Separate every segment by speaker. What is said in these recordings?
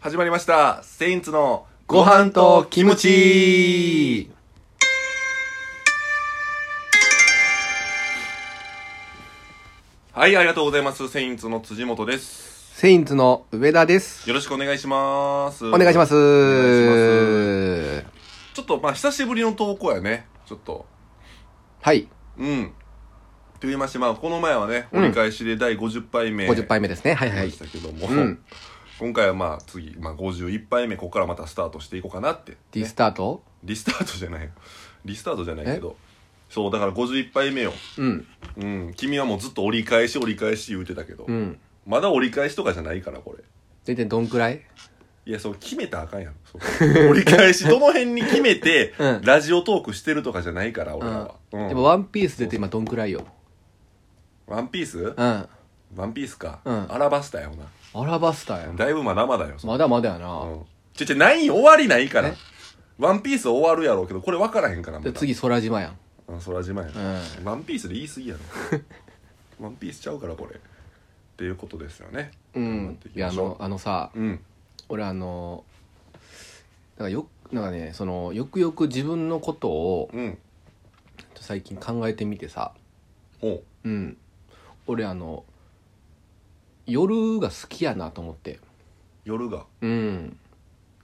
Speaker 1: 始まりました。セインツのご飯とキムチはい、ありがとうございます。セインツの辻元です。
Speaker 2: セインツの上田です。
Speaker 1: よろしくお願いします。
Speaker 2: お願いします。
Speaker 1: 願ちょっと、まあ、久しぶりの投稿やね。ちょっと。
Speaker 2: はい。
Speaker 1: うん。と言いまして、まあ、この前はね、
Speaker 2: うん
Speaker 1: 折り返しで第50杯目。
Speaker 2: 50杯目ですね。はいは
Speaker 1: で
Speaker 2: い
Speaker 1: し。たけども、
Speaker 2: うん
Speaker 1: 今回はまあ、次、まあ、51杯目、ここからまたスタートしていこうかなって。
Speaker 2: リスタート
Speaker 1: リスタートじゃないよリスタートじゃないけどそうだから51杯目よ、
Speaker 2: うん。
Speaker 1: うん、君はもうずっと折り返し折り返し言うてたけど、
Speaker 2: うん。
Speaker 1: まだ折り返しとかじゃないからこれ
Speaker 2: 全然どんくらい
Speaker 1: いやそう決めたらあかんやろそう 折り返しどの辺に決めて、
Speaker 2: うん
Speaker 1: ラジオトークしてるとかじゃないから
Speaker 2: う
Speaker 1: 俺ら
Speaker 2: ん
Speaker 1: は、うん。
Speaker 2: でもワンピース出て今どんくらいよ。
Speaker 1: ワンピース
Speaker 2: うん。
Speaker 1: ワンピースか、
Speaker 2: うん
Speaker 1: アラバスタよな
Speaker 2: アラバスタやん。
Speaker 1: だいぶまだまだよ、そ
Speaker 2: まだまだや
Speaker 1: う
Speaker 2: な。
Speaker 1: ん、ちょちょない終わりないから
Speaker 2: え
Speaker 1: ワンピース終わるやろうけどこれ分からへんからま
Speaker 2: で
Speaker 1: だ
Speaker 2: 次空島やん。
Speaker 1: うん空島やな、
Speaker 2: うん。
Speaker 1: ワンピースで言い過ぎや ろワンピースちゃうからこれっていうことですよね
Speaker 2: うん。いや、あの、あのさ、
Speaker 1: うん
Speaker 2: 俺あの、なんかよ、なんかね、その、よくよく自分のことを
Speaker 1: うん
Speaker 2: 最近考えてみてさ、
Speaker 1: おう
Speaker 2: うん俺あの夜が好きやなと思って
Speaker 1: 夜が
Speaker 2: うん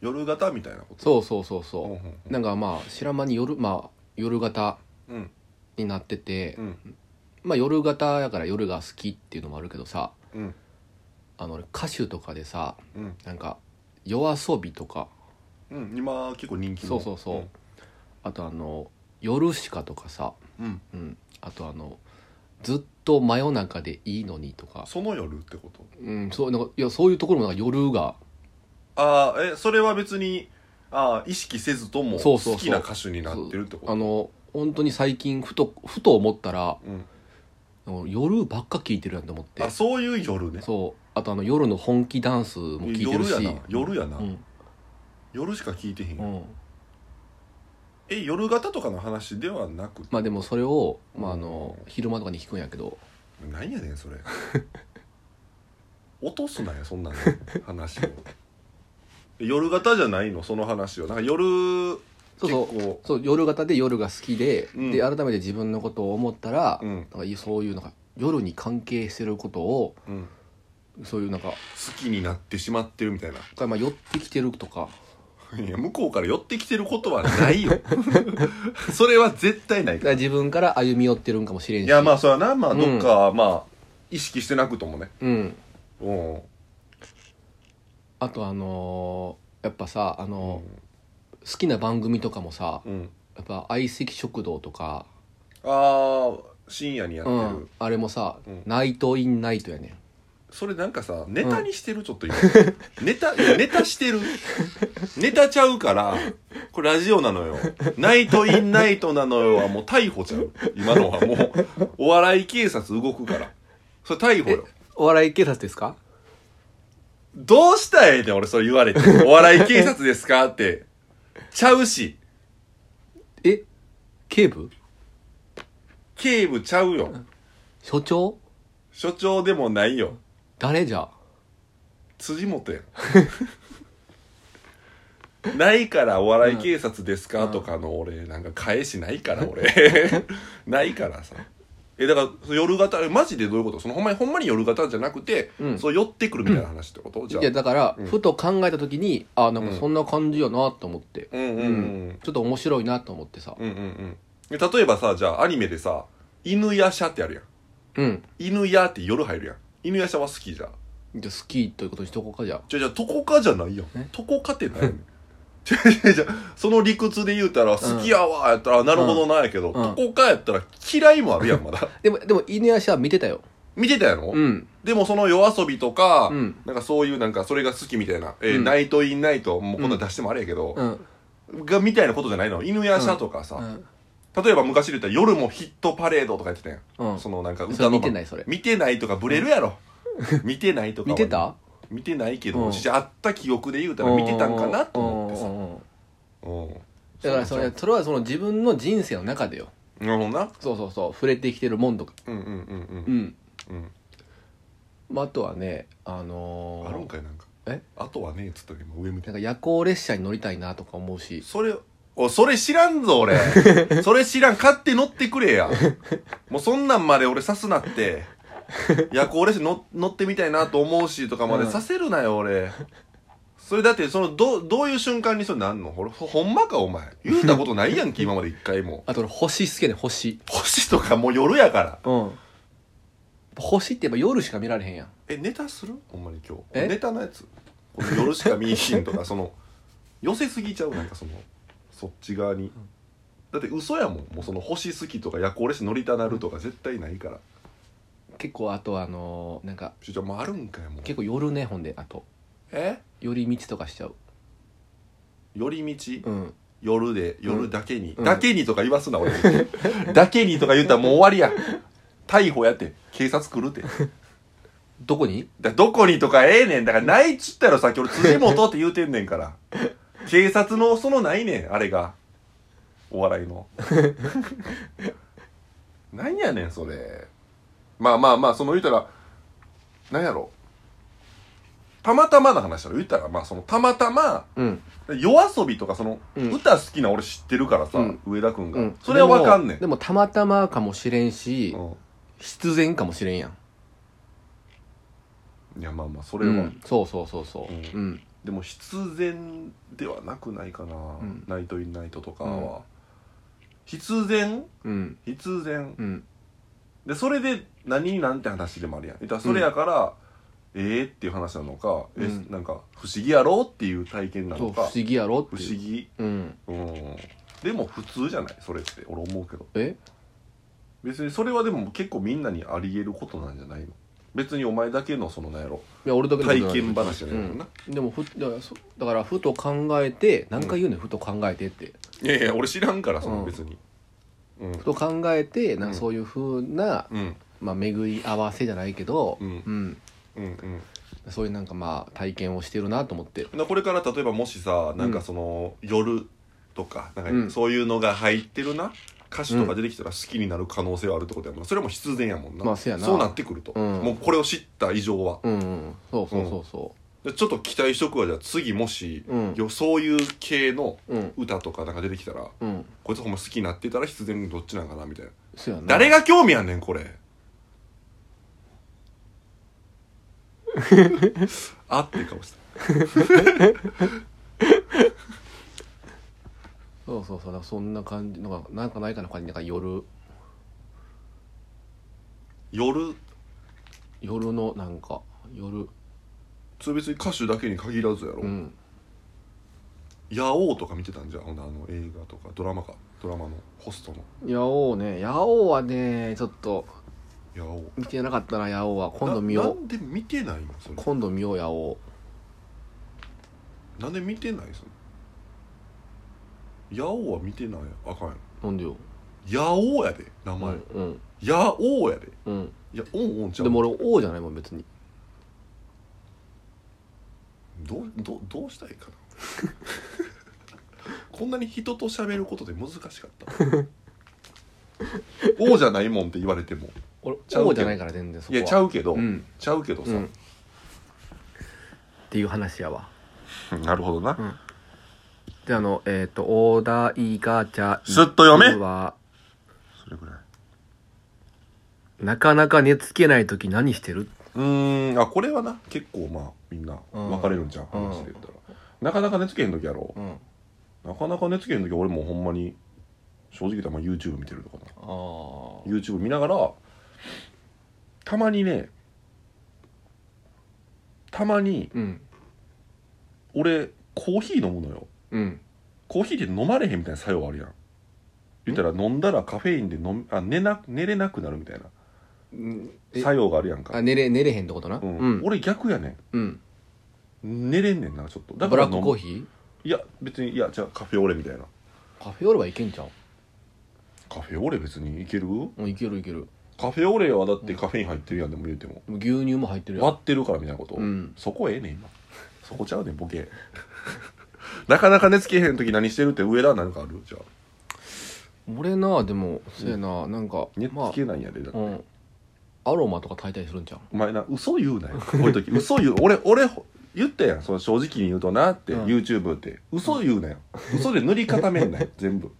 Speaker 1: 夜型みたいなこと
Speaker 2: そうそうそう
Speaker 1: うん
Speaker 2: そううなんかまあ知らん間に夜まあ夜型
Speaker 1: んうん
Speaker 2: になってて、
Speaker 1: うん
Speaker 2: まあ夜型やから夜が好きっていうのもあるけどさ
Speaker 1: うん
Speaker 2: あの俺歌手とかでさ
Speaker 1: うん
Speaker 2: なんか夜遊びとか
Speaker 1: うん今結構人気の
Speaker 2: そうそうそうあとあの夜しかとかさ、
Speaker 1: うん、うん
Speaker 2: うん、あとあのずっと真夜中でいいのにとか、
Speaker 1: その夜ってこと
Speaker 2: うん、そうなんかいやそういうところもなんか夜が
Speaker 1: ああえそれは別にああ意識せずとも
Speaker 2: そ
Speaker 1: 好
Speaker 2: うそうそう
Speaker 1: きな歌手になってるってこと
Speaker 2: あの本当に最近ふとふと思ったら
Speaker 1: うん、
Speaker 2: 夜ばっか聞いてるやんと思って
Speaker 1: あそういう夜ね
Speaker 2: そうあとあの夜の本気ダンスも聞いてる
Speaker 1: 夜
Speaker 2: し
Speaker 1: やな夜やな、
Speaker 2: うん
Speaker 1: 夜しか聞いてへん、
Speaker 2: うん
Speaker 1: え夜型とかの話ではなくて
Speaker 2: まあでもそれを、まあ、あの
Speaker 1: うん
Speaker 2: 昼間とかに聞くんやけど
Speaker 1: なんやねんそれ落とすなよそんなの話を夜型じゃないのその話をなんか夜
Speaker 2: そうそう
Speaker 1: 結構
Speaker 2: そう夜型で夜が好きで,、
Speaker 1: うん
Speaker 2: で改めて自分のことを思ったら、
Speaker 1: うん
Speaker 2: なんかそういうなんか夜に関係してることを
Speaker 1: うん、好
Speaker 2: そういうなんか、
Speaker 1: きになってしまってるみたいな
Speaker 2: まあ、寄ってきてるとか
Speaker 1: いや向こうから寄ってきてることはないよ それは絶対ない
Speaker 2: だ
Speaker 1: か
Speaker 2: からら自分から歩み寄ってるんかもしれんし
Speaker 1: いやまあそれはなまあ
Speaker 2: うん
Speaker 1: どっか、まあ意識してなくともね
Speaker 2: うん
Speaker 1: うん
Speaker 2: あとあのーやっぱさあのー、好きな番組とかもさ
Speaker 1: うん
Speaker 2: やっぱ相席食堂とか、
Speaker 1: ああ深夜にやって
Speaker 2: う
Speaker 1: る、
Speaker 2: ん、あれもさ、
Speaker 1: うん
Speaker 2: ナイトインナイトやね
Speaker 1: それなんかさネタにしてる、ちょっと今 ネタいやネタしてるネタちゃうからこれラジオなのよナイトインナイトなのよはもう逮捕ちゃう今のはもうお笑い警察動くからそれ逮捕よ
Speaker 2: お笑い警察ですか
Speaker 1: どうしたらええねん俺それ言われてお笑い警察ですか ってちゃうし
Speaker 2: え警部
Speaker 1: 警部ちゃうよ
Speaker 2: 所長
Speaker 1: 所長でもないよ
Speaker 2: 誰じゃ
Speaker 1: 辻元 やんないからお笑い警察ですか、
Speaker 2: うん
Speaker 1: とかの俺なんか返しないから 俺 ないからさえだからその夜型えマジでどういうことそのほんまにほんまに夜型じゃなくて、
Speaker 2: うん
Speaker 1: そう寄ってくるみたいな話ってこと、じゃ
Speaker 2: い
Speaker 1: あ
Speaker 2: やだから、
Speaker 1: うん
Speaker 2: ふと考えた時にあなん
Speaker 1: う
Speaker 2: か
Speaker 1: ん
Speaker 2: そんな感じやなと思って、
Speaker 1: うんうんうん
Speaker 2: ちょっと面白いなと思ってさ
Speaker 1: うんうんうんえ例えばさじゃあアニメでさ「犬やしゃ」ってあるやん
Speaker 2: うん
Speaker 1: 「犬や」って夜入るやん犬やしゃは好きじゃん
Speaker 2: じゃあ好きということにしとこうかじゃあ
Speaker 1: じゃあじゃあとこかじゃないやん
Speaker 2: え
Speaker 1: とこかってないやねん じゃあじゃあじゃあその理屈で言うたら「好きやわ」やったらあ「なるほどな」やけど、
Speaker 2: うんうん
Speaker 1: とこかやったら嫌いもあるやんまだ
Speaker 2: でもでも犬やしは見てたよ
Speaker 1: 見てたやろ、
Speaker 2: うん
Speaker 1: でもその夜遊びとか、
Speaker 2: うん
Speaker 1: なんかそういうなんかそれが好きみたいな「えー
Speaker 2: うん
Speaker 1: ナイト・イン・ナイト」もうこんなん出してもあれやけど
Speaker 2: う、ん
Speaker 1: がみたいなことじゃないの犬やしゃとかさ、
Speaker 2: うん
Speaker 1: 例えば昔で言ったら「夜もヒットパレード」とかやってたやん、
Speaker 2: うん
Speaker 1: そのなんか
Speaker 2: そ
Speaker 1: 歌
Speaker 2: れ
Speaker 1: の
Speaker 2: 見てないそれ
Speaker 1: 見てないとかブレるやろ、見てないとか
Speaker 2: 見
Speaker 1: は
Speaker 2: てた
Speaker 1: 見てないけど、
Speaker 2: うん
Speaker 1: じゃああった記憶で言うたら見てたんかなと思ってさ、
Speaker 2: うんうんうんうん
Speaker 1: うん
Speaker 2: だからそれそれはその自分の人生の中でよ
Speaker 1: なるほどな
Speaker 2: そうそうそう触れてきてるもんとか
Speaker 1: うんうんうんう
Speaker 2: うん
Speaker 1: んうん
Speaker 2: まあ、あとはねあのー
Speaker 1: あるんかいなんか
Speaker 2: え
Speaker 1: あとはねっつったら今上向いて
Speaker 2: なんか夜行列車に乗りたいなとか思うし
Speaker 1: それおそれ知らんぞ 俺それ知らん買って乗ってくれやもうそんなんまで俺さすなって夜行列車乗乗ってみたいなと思うしとかまで
Speaker 2: うん
Speaker 1: させるなよ俺それだってそのどどういう瞬間にそれなんのほらほほんまかお前言うたことないやんけ今まで一回も
Speaker 2: あと俺星好きやねん星
Speaker 1: 星とかもう夜やから
Speaker 2: うん星ってやっぱ夜しか見られへんやん
Speaker 1: えネタするほんまに今日
Speaker 2: え
Speaker 1: ネタのやつこの夜しか見えひんとか その寄せすぎちゃうなんかそのそっち側にだって嘘やもんもうその星好きとか夜行列車乗りたなるとか絶対ないから
Speaker 2: 結構あとあのーなんか
Speaker 1: ちょちょもうあるんかよもう
Speaker 2: 結構夜ねほんであと
Speaker 1: え
Speaker 2: 寄り道とかしちゃう
Speaker 1: 寄り道、
Speaker 2: うん
Speaker 1: 夜で夜だけに、
Speaker 2: うん
Speaker 1: だけにとか言わすな俺 だけにとか言ったらもう終わりや逮捕やって警察来るって
Speaker 2: どこに
Speaker 1: だどこにとかええねんだからないっつったやろさっき俺辻元って言うてんねんから 警察のそのないねんあれがお笑い のなんやねんそれまあまあまあその言うたらなんやろたまたまの話だろ言ったらまあそのたまたま
Speaker 2: うん
Speaker 1: 夜遊びとかその、
Speaker 2: うん
Speaker 1: 歌好きな俺知ってるからさ、
Speaker 2: うん
Speaker 1: 上田君が、
Speaker 2: うん
Speaker 1: それはわかんねん
Speaker 2: でもでもたまたまかもしれんし、必然かもしれんやん
Speaker 1: うん、いやまあまあそ
Speaker 2: こ
Speaker 1: れは、
Speaker 2: そうそうそうそうううん
Speaker 1: でも必然ではなくないかな、
Speaker 2: ん
Speaker 1: ナイト・イン・ナイトとか
Speaker 2: うん
Speaker 1: は、必然
Speaker 2: うん
Speaker 1: 必然
Speaker 2: うん
Speaker 1: でそれで何なんて話でもあるやん言ったらそれやから、ええー、っていう話なのか、え
Speaker 2: うん
Speaker 1: なんか不思議やろっていう体験な
Speaker 2: そう
Speaker 1: の
Speaker 2: 不
Speaker 1: か
Speaker 2: 思議やろっ
Speaker 1: 不
Speaker 2: ていう
Speaker 1: 思議
Speaker 2: うん
Speaker 1: うんでも普通じゃないそれって俺思うけど
Speaker 2: え
Speaker 1: 別にそれはでも結構みんなにあり得ることなんじゃないの別にお前だけのそのなんやろ
Speaker 2: いや俺だけのこ
Speaker 1: 体
Speaker 2: とじゃない
Speaker 1: 験話じゃないのな、
Speaker 2: でもふだからそだからふと考えて何回言うねん、ふと考えてって
Speaker 1: いやいや俺知らんからその別にうん
Speaker 2: ふと考えてなん
Speaker 1: うん
Speaker 2: かそういうふうな、
Speaker 1: うん
Speaker 2: まあ、巡り合わせじゃないけど、
Speaker 1: うんうんうん
Speaker 2: そういうなんかまあ体験をしてるなと思って
Speaker 1: なこれから例えばもしさなんかその、夜とかなん
Speaker 2: う
Speaker 1: か
Speaker 2: ん
Speaker 1: そういうのが入ってるな歌手とか出てきたら好きになる可能性はあるってことやもんなそれはもう必然やもんな,、
Speaker 2: まあそうやな
Speaker 1: なってくると、
Speaker 2: うん
Speaker 1: もうこれを知った以上は
Speaker 2: うん、うん、そうそうそうそ
Speaker 1: でちょっと期待しとくわじゃあ次もし、
Speaker 2: うん
Speaker 1: よそういう系の
Speaker 2: ううん
Speaker 1: 歌とかなんか出てきたら
Speaker 2: うん
Speaker 1: こいつほんま好きになってたら必然にどっちなんかなみたいな、
Speaker 2: そうやな
Speaker 1: 誰が興味あんねんこ れあって顔した
Speaker 2: そうそうそうなんかそんな感じのがなんかないかな他になんか夜
Speaker 1: 夜
Speaker 2: 夜のなんか夜
Speaker 1: それ別に歌手だけに限らずやろ、
Speaker 2: うん
Speaker 1: ヤオウとか見てたんじゃんほんであの映画とかドラマかドラマのホストの
Speaker 2: ヤオウねヤオウはねちょっと
Speaker 1: ヤオウ
Speaker 2: 見てなかったなヤオウは今度見
Speaker 1: な
Speaker 2: よ
Speaker 1: なんで見てないのそうれ
Speaker 2: 今度見ようヤオウ
Speaker 1: なんで見てないそれヤオウは見てないあかんやろ
Speaker 2: なんでよ
Speaker 1: ヤオウやで名前、
Speaker 2: うん
Speaker 1: ヤオウやで
Speaker 2: うん、うん
Speaker 1: いやオンオンちゃう
Speaker 2: でも俺王じゃないもん別に
Speaker 1: どうどうどうしたらいいかな こんなに人と喋ることで難しかった 「王じゃないもん」って言われても
Speaker 2: 俺
Speaker 1: ちゃうけど
Speaker 2: 王じゃないから全然そこ
Speaker 1: い
Speaker 2: は
Speaker 1: やちゃ
Speaker 2: う
Speaker 1: うけど、
Speaker 2: ん、
Speaker 1: ちゃうけどさ、
Speaker 2: うんっていう話やわ
Speaker 1: なるほどな、
Speaker 2: であのえっ、と「オーダーイガチャイ」
Speaker 1: すっと読め
Speaker 2: は
Speaker 1: それぐらい
Speaker 2: なかなか寝つけない時何してる
Speaker 1: うーんあこれはな結構まあみんな
Speaker 2: うん
Speaker 1: 分かれるんじゃん、
Speaker 2: うん
Speaker 1: 話で言ったらなかなか寝つけへん時やろ、
Speaker 2: うん
Speaker 1: なかなか寝つけへん時俺もほんまに正直言ったらまあ YouTube 見てるとかな
Speaker 2: ああ
Speaker 1: YouTube 見ながらたまにねたまに
Speaker 2: うん
Speaker 1: 俺コーヒー飲むのよ
Speaker 2: うん
Speaker 1: コーヒーって飲まれへんみたいな作用あるやん言ったら飲んだらカフェインで飲みあ寝な寝れなくなるみたいな
Speaker 2: え
Speaker 1: 作用があるやんか
Speaker 2: あ、寝れ寝れへんってことな
Speaker 1: うん
Speaker 2: うん、
Speaker 1: 俺逆やね
Speaker 2: うん、
Speaker 1: ん寝れんねんなちょっとだ
Speaker 2: ブラッ
Speaker 1: 飲
Speaker 2: ク
Speaker 1: む
Speaker 2: コーヒー
Speaker 1: いや別にいやじゃあカフェオレみたいな
Speaker 2: カフェオレはいけんちゃう
Speaker 1: カフェオレ別にいける
Speaker 2: うんいけるいける
Speaker 1: カフェオレはだってカフェイン入ってるやんでも言うても
Speaker 2: でも牛乳も入ってるやん
Speaker 1: 割ってるからみたいなこと、
Speaker 2: うん
Speaker 1: そこええねん今そこちゃうねんボケ なかなか寝つけへん時何してるって上田なんかあるじゃあ
Speaker 2: 俺なでもそうやななんか
Speaker 1: 寝つ
Speaker 2: まあ
Speaker 1: けないんやで、だって
Speaker 2: うんアロマとか炊いたりするんちゃう
Speaker 1: お前な嘘言うなよこういう時嘘言う俺俺言ったやんその正直に言うとなって、
Speaker 2: うん
Speaker 1: YouTube って嘘言うなよ嘘で塗り固めんなよ全部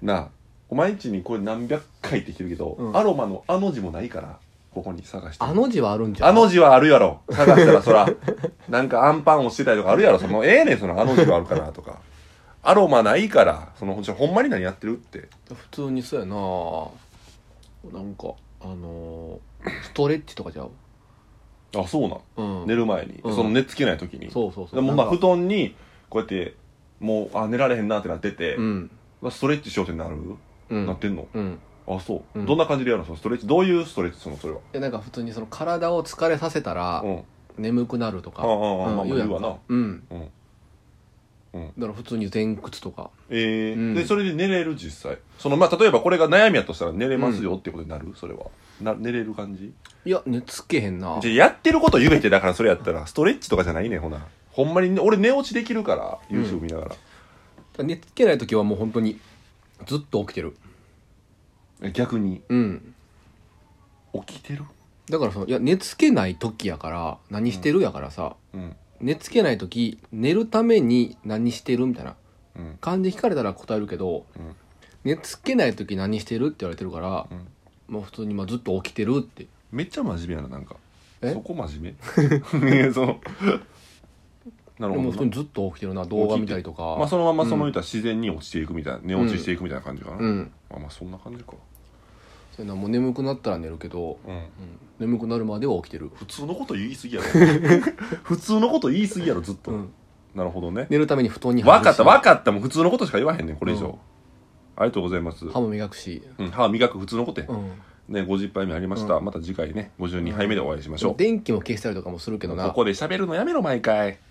Speaker 1: なあお前んちにこれ何百回って来てるけど、
Speaker 2: うん
Speaker 1: アロマの「あ」の字もないからここに探して
Speaker 2: あの字はあるんじゃ
Speaker 1: あ
Speaker 2: ん
Speaker 1: の字はあるやろ探したらそらなんかアンパンをしてたりとかあるやろそのええねんそのあの字はあるかなとかアロマないからそのほんほんまに何やってるって
Speaker 2: 普通にそうやななんかあのーストレッチとかちゃう
Speaker 1: あそうなん
Speaker 2: うん
Speaker 1: 寝る前に、
Speaker 2: うん
Speaker 1: その寝つけない時に
Speaker 2: そうそうそう
Speaker 1: でもまあ
Speaker 2: なんか
Speaker 1: 布団にこうやってもうあ寝られへんなってなってて、
Speaker 2: うん
Speaker 1: まあストレッチしようってなる、
Speaker 2: う
Speaker 1: なんってんの
Speaker 2: うん
Speaker 1: あそう、
Speaker 2: うん
Speaker 1: どんな感じでやるのそのストレッチどういうストレッチするのそれは
Speaker 2: でなんか普通にその体を疲れさせたら
Speaker 1: うん
Speaker 2: 眠くなると
Speaker 1: あ
Speaker 2: か
Speaker 1: あああ、
Speaker 2: うん
Speaker 1: まあ
Speaker 2: 言
Speaker 1: 言
Speaker 2: うやん
Speaker 1: うわな
Speaker 2: うん
Speaker 1: うんうん
Speaker 2: だから普通に前屈とか
Speaker 1: ええ
Speaker 2: うん
Speaker 1: でそれで寝れる実際そのまあ例えばこれが悩みやとしたら寝れますよってことになる、それはな寝れる感じ
Speaker 2: いや寝つけへんな
Speaker 1: じゃあやってること言えてだからそれやったらストレッチとかじゃないねんほなほんまにね俺寝落ちできるから
Speaker 2: うん
Speaker 1: YouTube 見ながら、
Speaker 2: 寝つけない時はもう本当にずっと起きてる
Speaker 1: 逆に
Speaker 2: うん
Speaker 1: 起きてる
Speaker 2: だからそのいや寝つけない時やから何してるやからさ、
Speaker 1: うん
Speaker 2: 寝つけない時寝るために何してるみたいな
Speaker 1: うん
Speaker 2: 感じ聞かれたら答えるけど、
Speaker 1: うん
Speaker 2: 寝つけない時何してるって言われてるから、
Speaker 1: うん
Speaker 2: もう普通にまあずっと起きてるって
Speaker 1: めっちゃ真面目やななんか
Speaker 2: え
Speaker 1: そこ真面 目いやそのな
Speaker 2: で
Speaker 1: るほ
Speaker 2: も
Speaker 1: ど
Speaker 2: 普通に
Speaker 1: な
Speaker 2: ずっと起きてるな動画見たりとか、
Speaker 1: まあそのままその
Speaker 2: うん
Speaker 1: 言ったら自然に落ちていくみたいな寝落ちしていくみたいな感じかな、
Speaker 2: うん
Speaker 1: まあまあそんな感じか、
Speaker 2: そういうのはもう眠くなったら寝るけど、
Speaker 1: うん、
Speaker 2: うん眠くなるまでは起きてる、
Speaker 1: 普通のこと言い過ぎやろ 普通のこと言い過ぎやろずっと、
Speaker 2: うん
Speaker 1: なるほどね
Speaker 2: 寝るために布団に
Speaker 1: 分か
Speaker 2: る
Speaker 1: っ
Speaker 2: した
Speaker 1: 分かったもう普通のことしか言わへんねんこれ以上、
Speaker 2: うん
Speaker 1: ありがとうございます、
Speaker 2: 歯も磨くし、
Speaker 1: うん、歯磨く普通のことや、
Speaker 2: うん、
Speaker 1: ね50杯目ありました、また次回ね52杯目でお会いしましょう、
Speaker 2: 電気も消したりとかもするけどな
Speaker 1: ここで喋るのやめろ毎回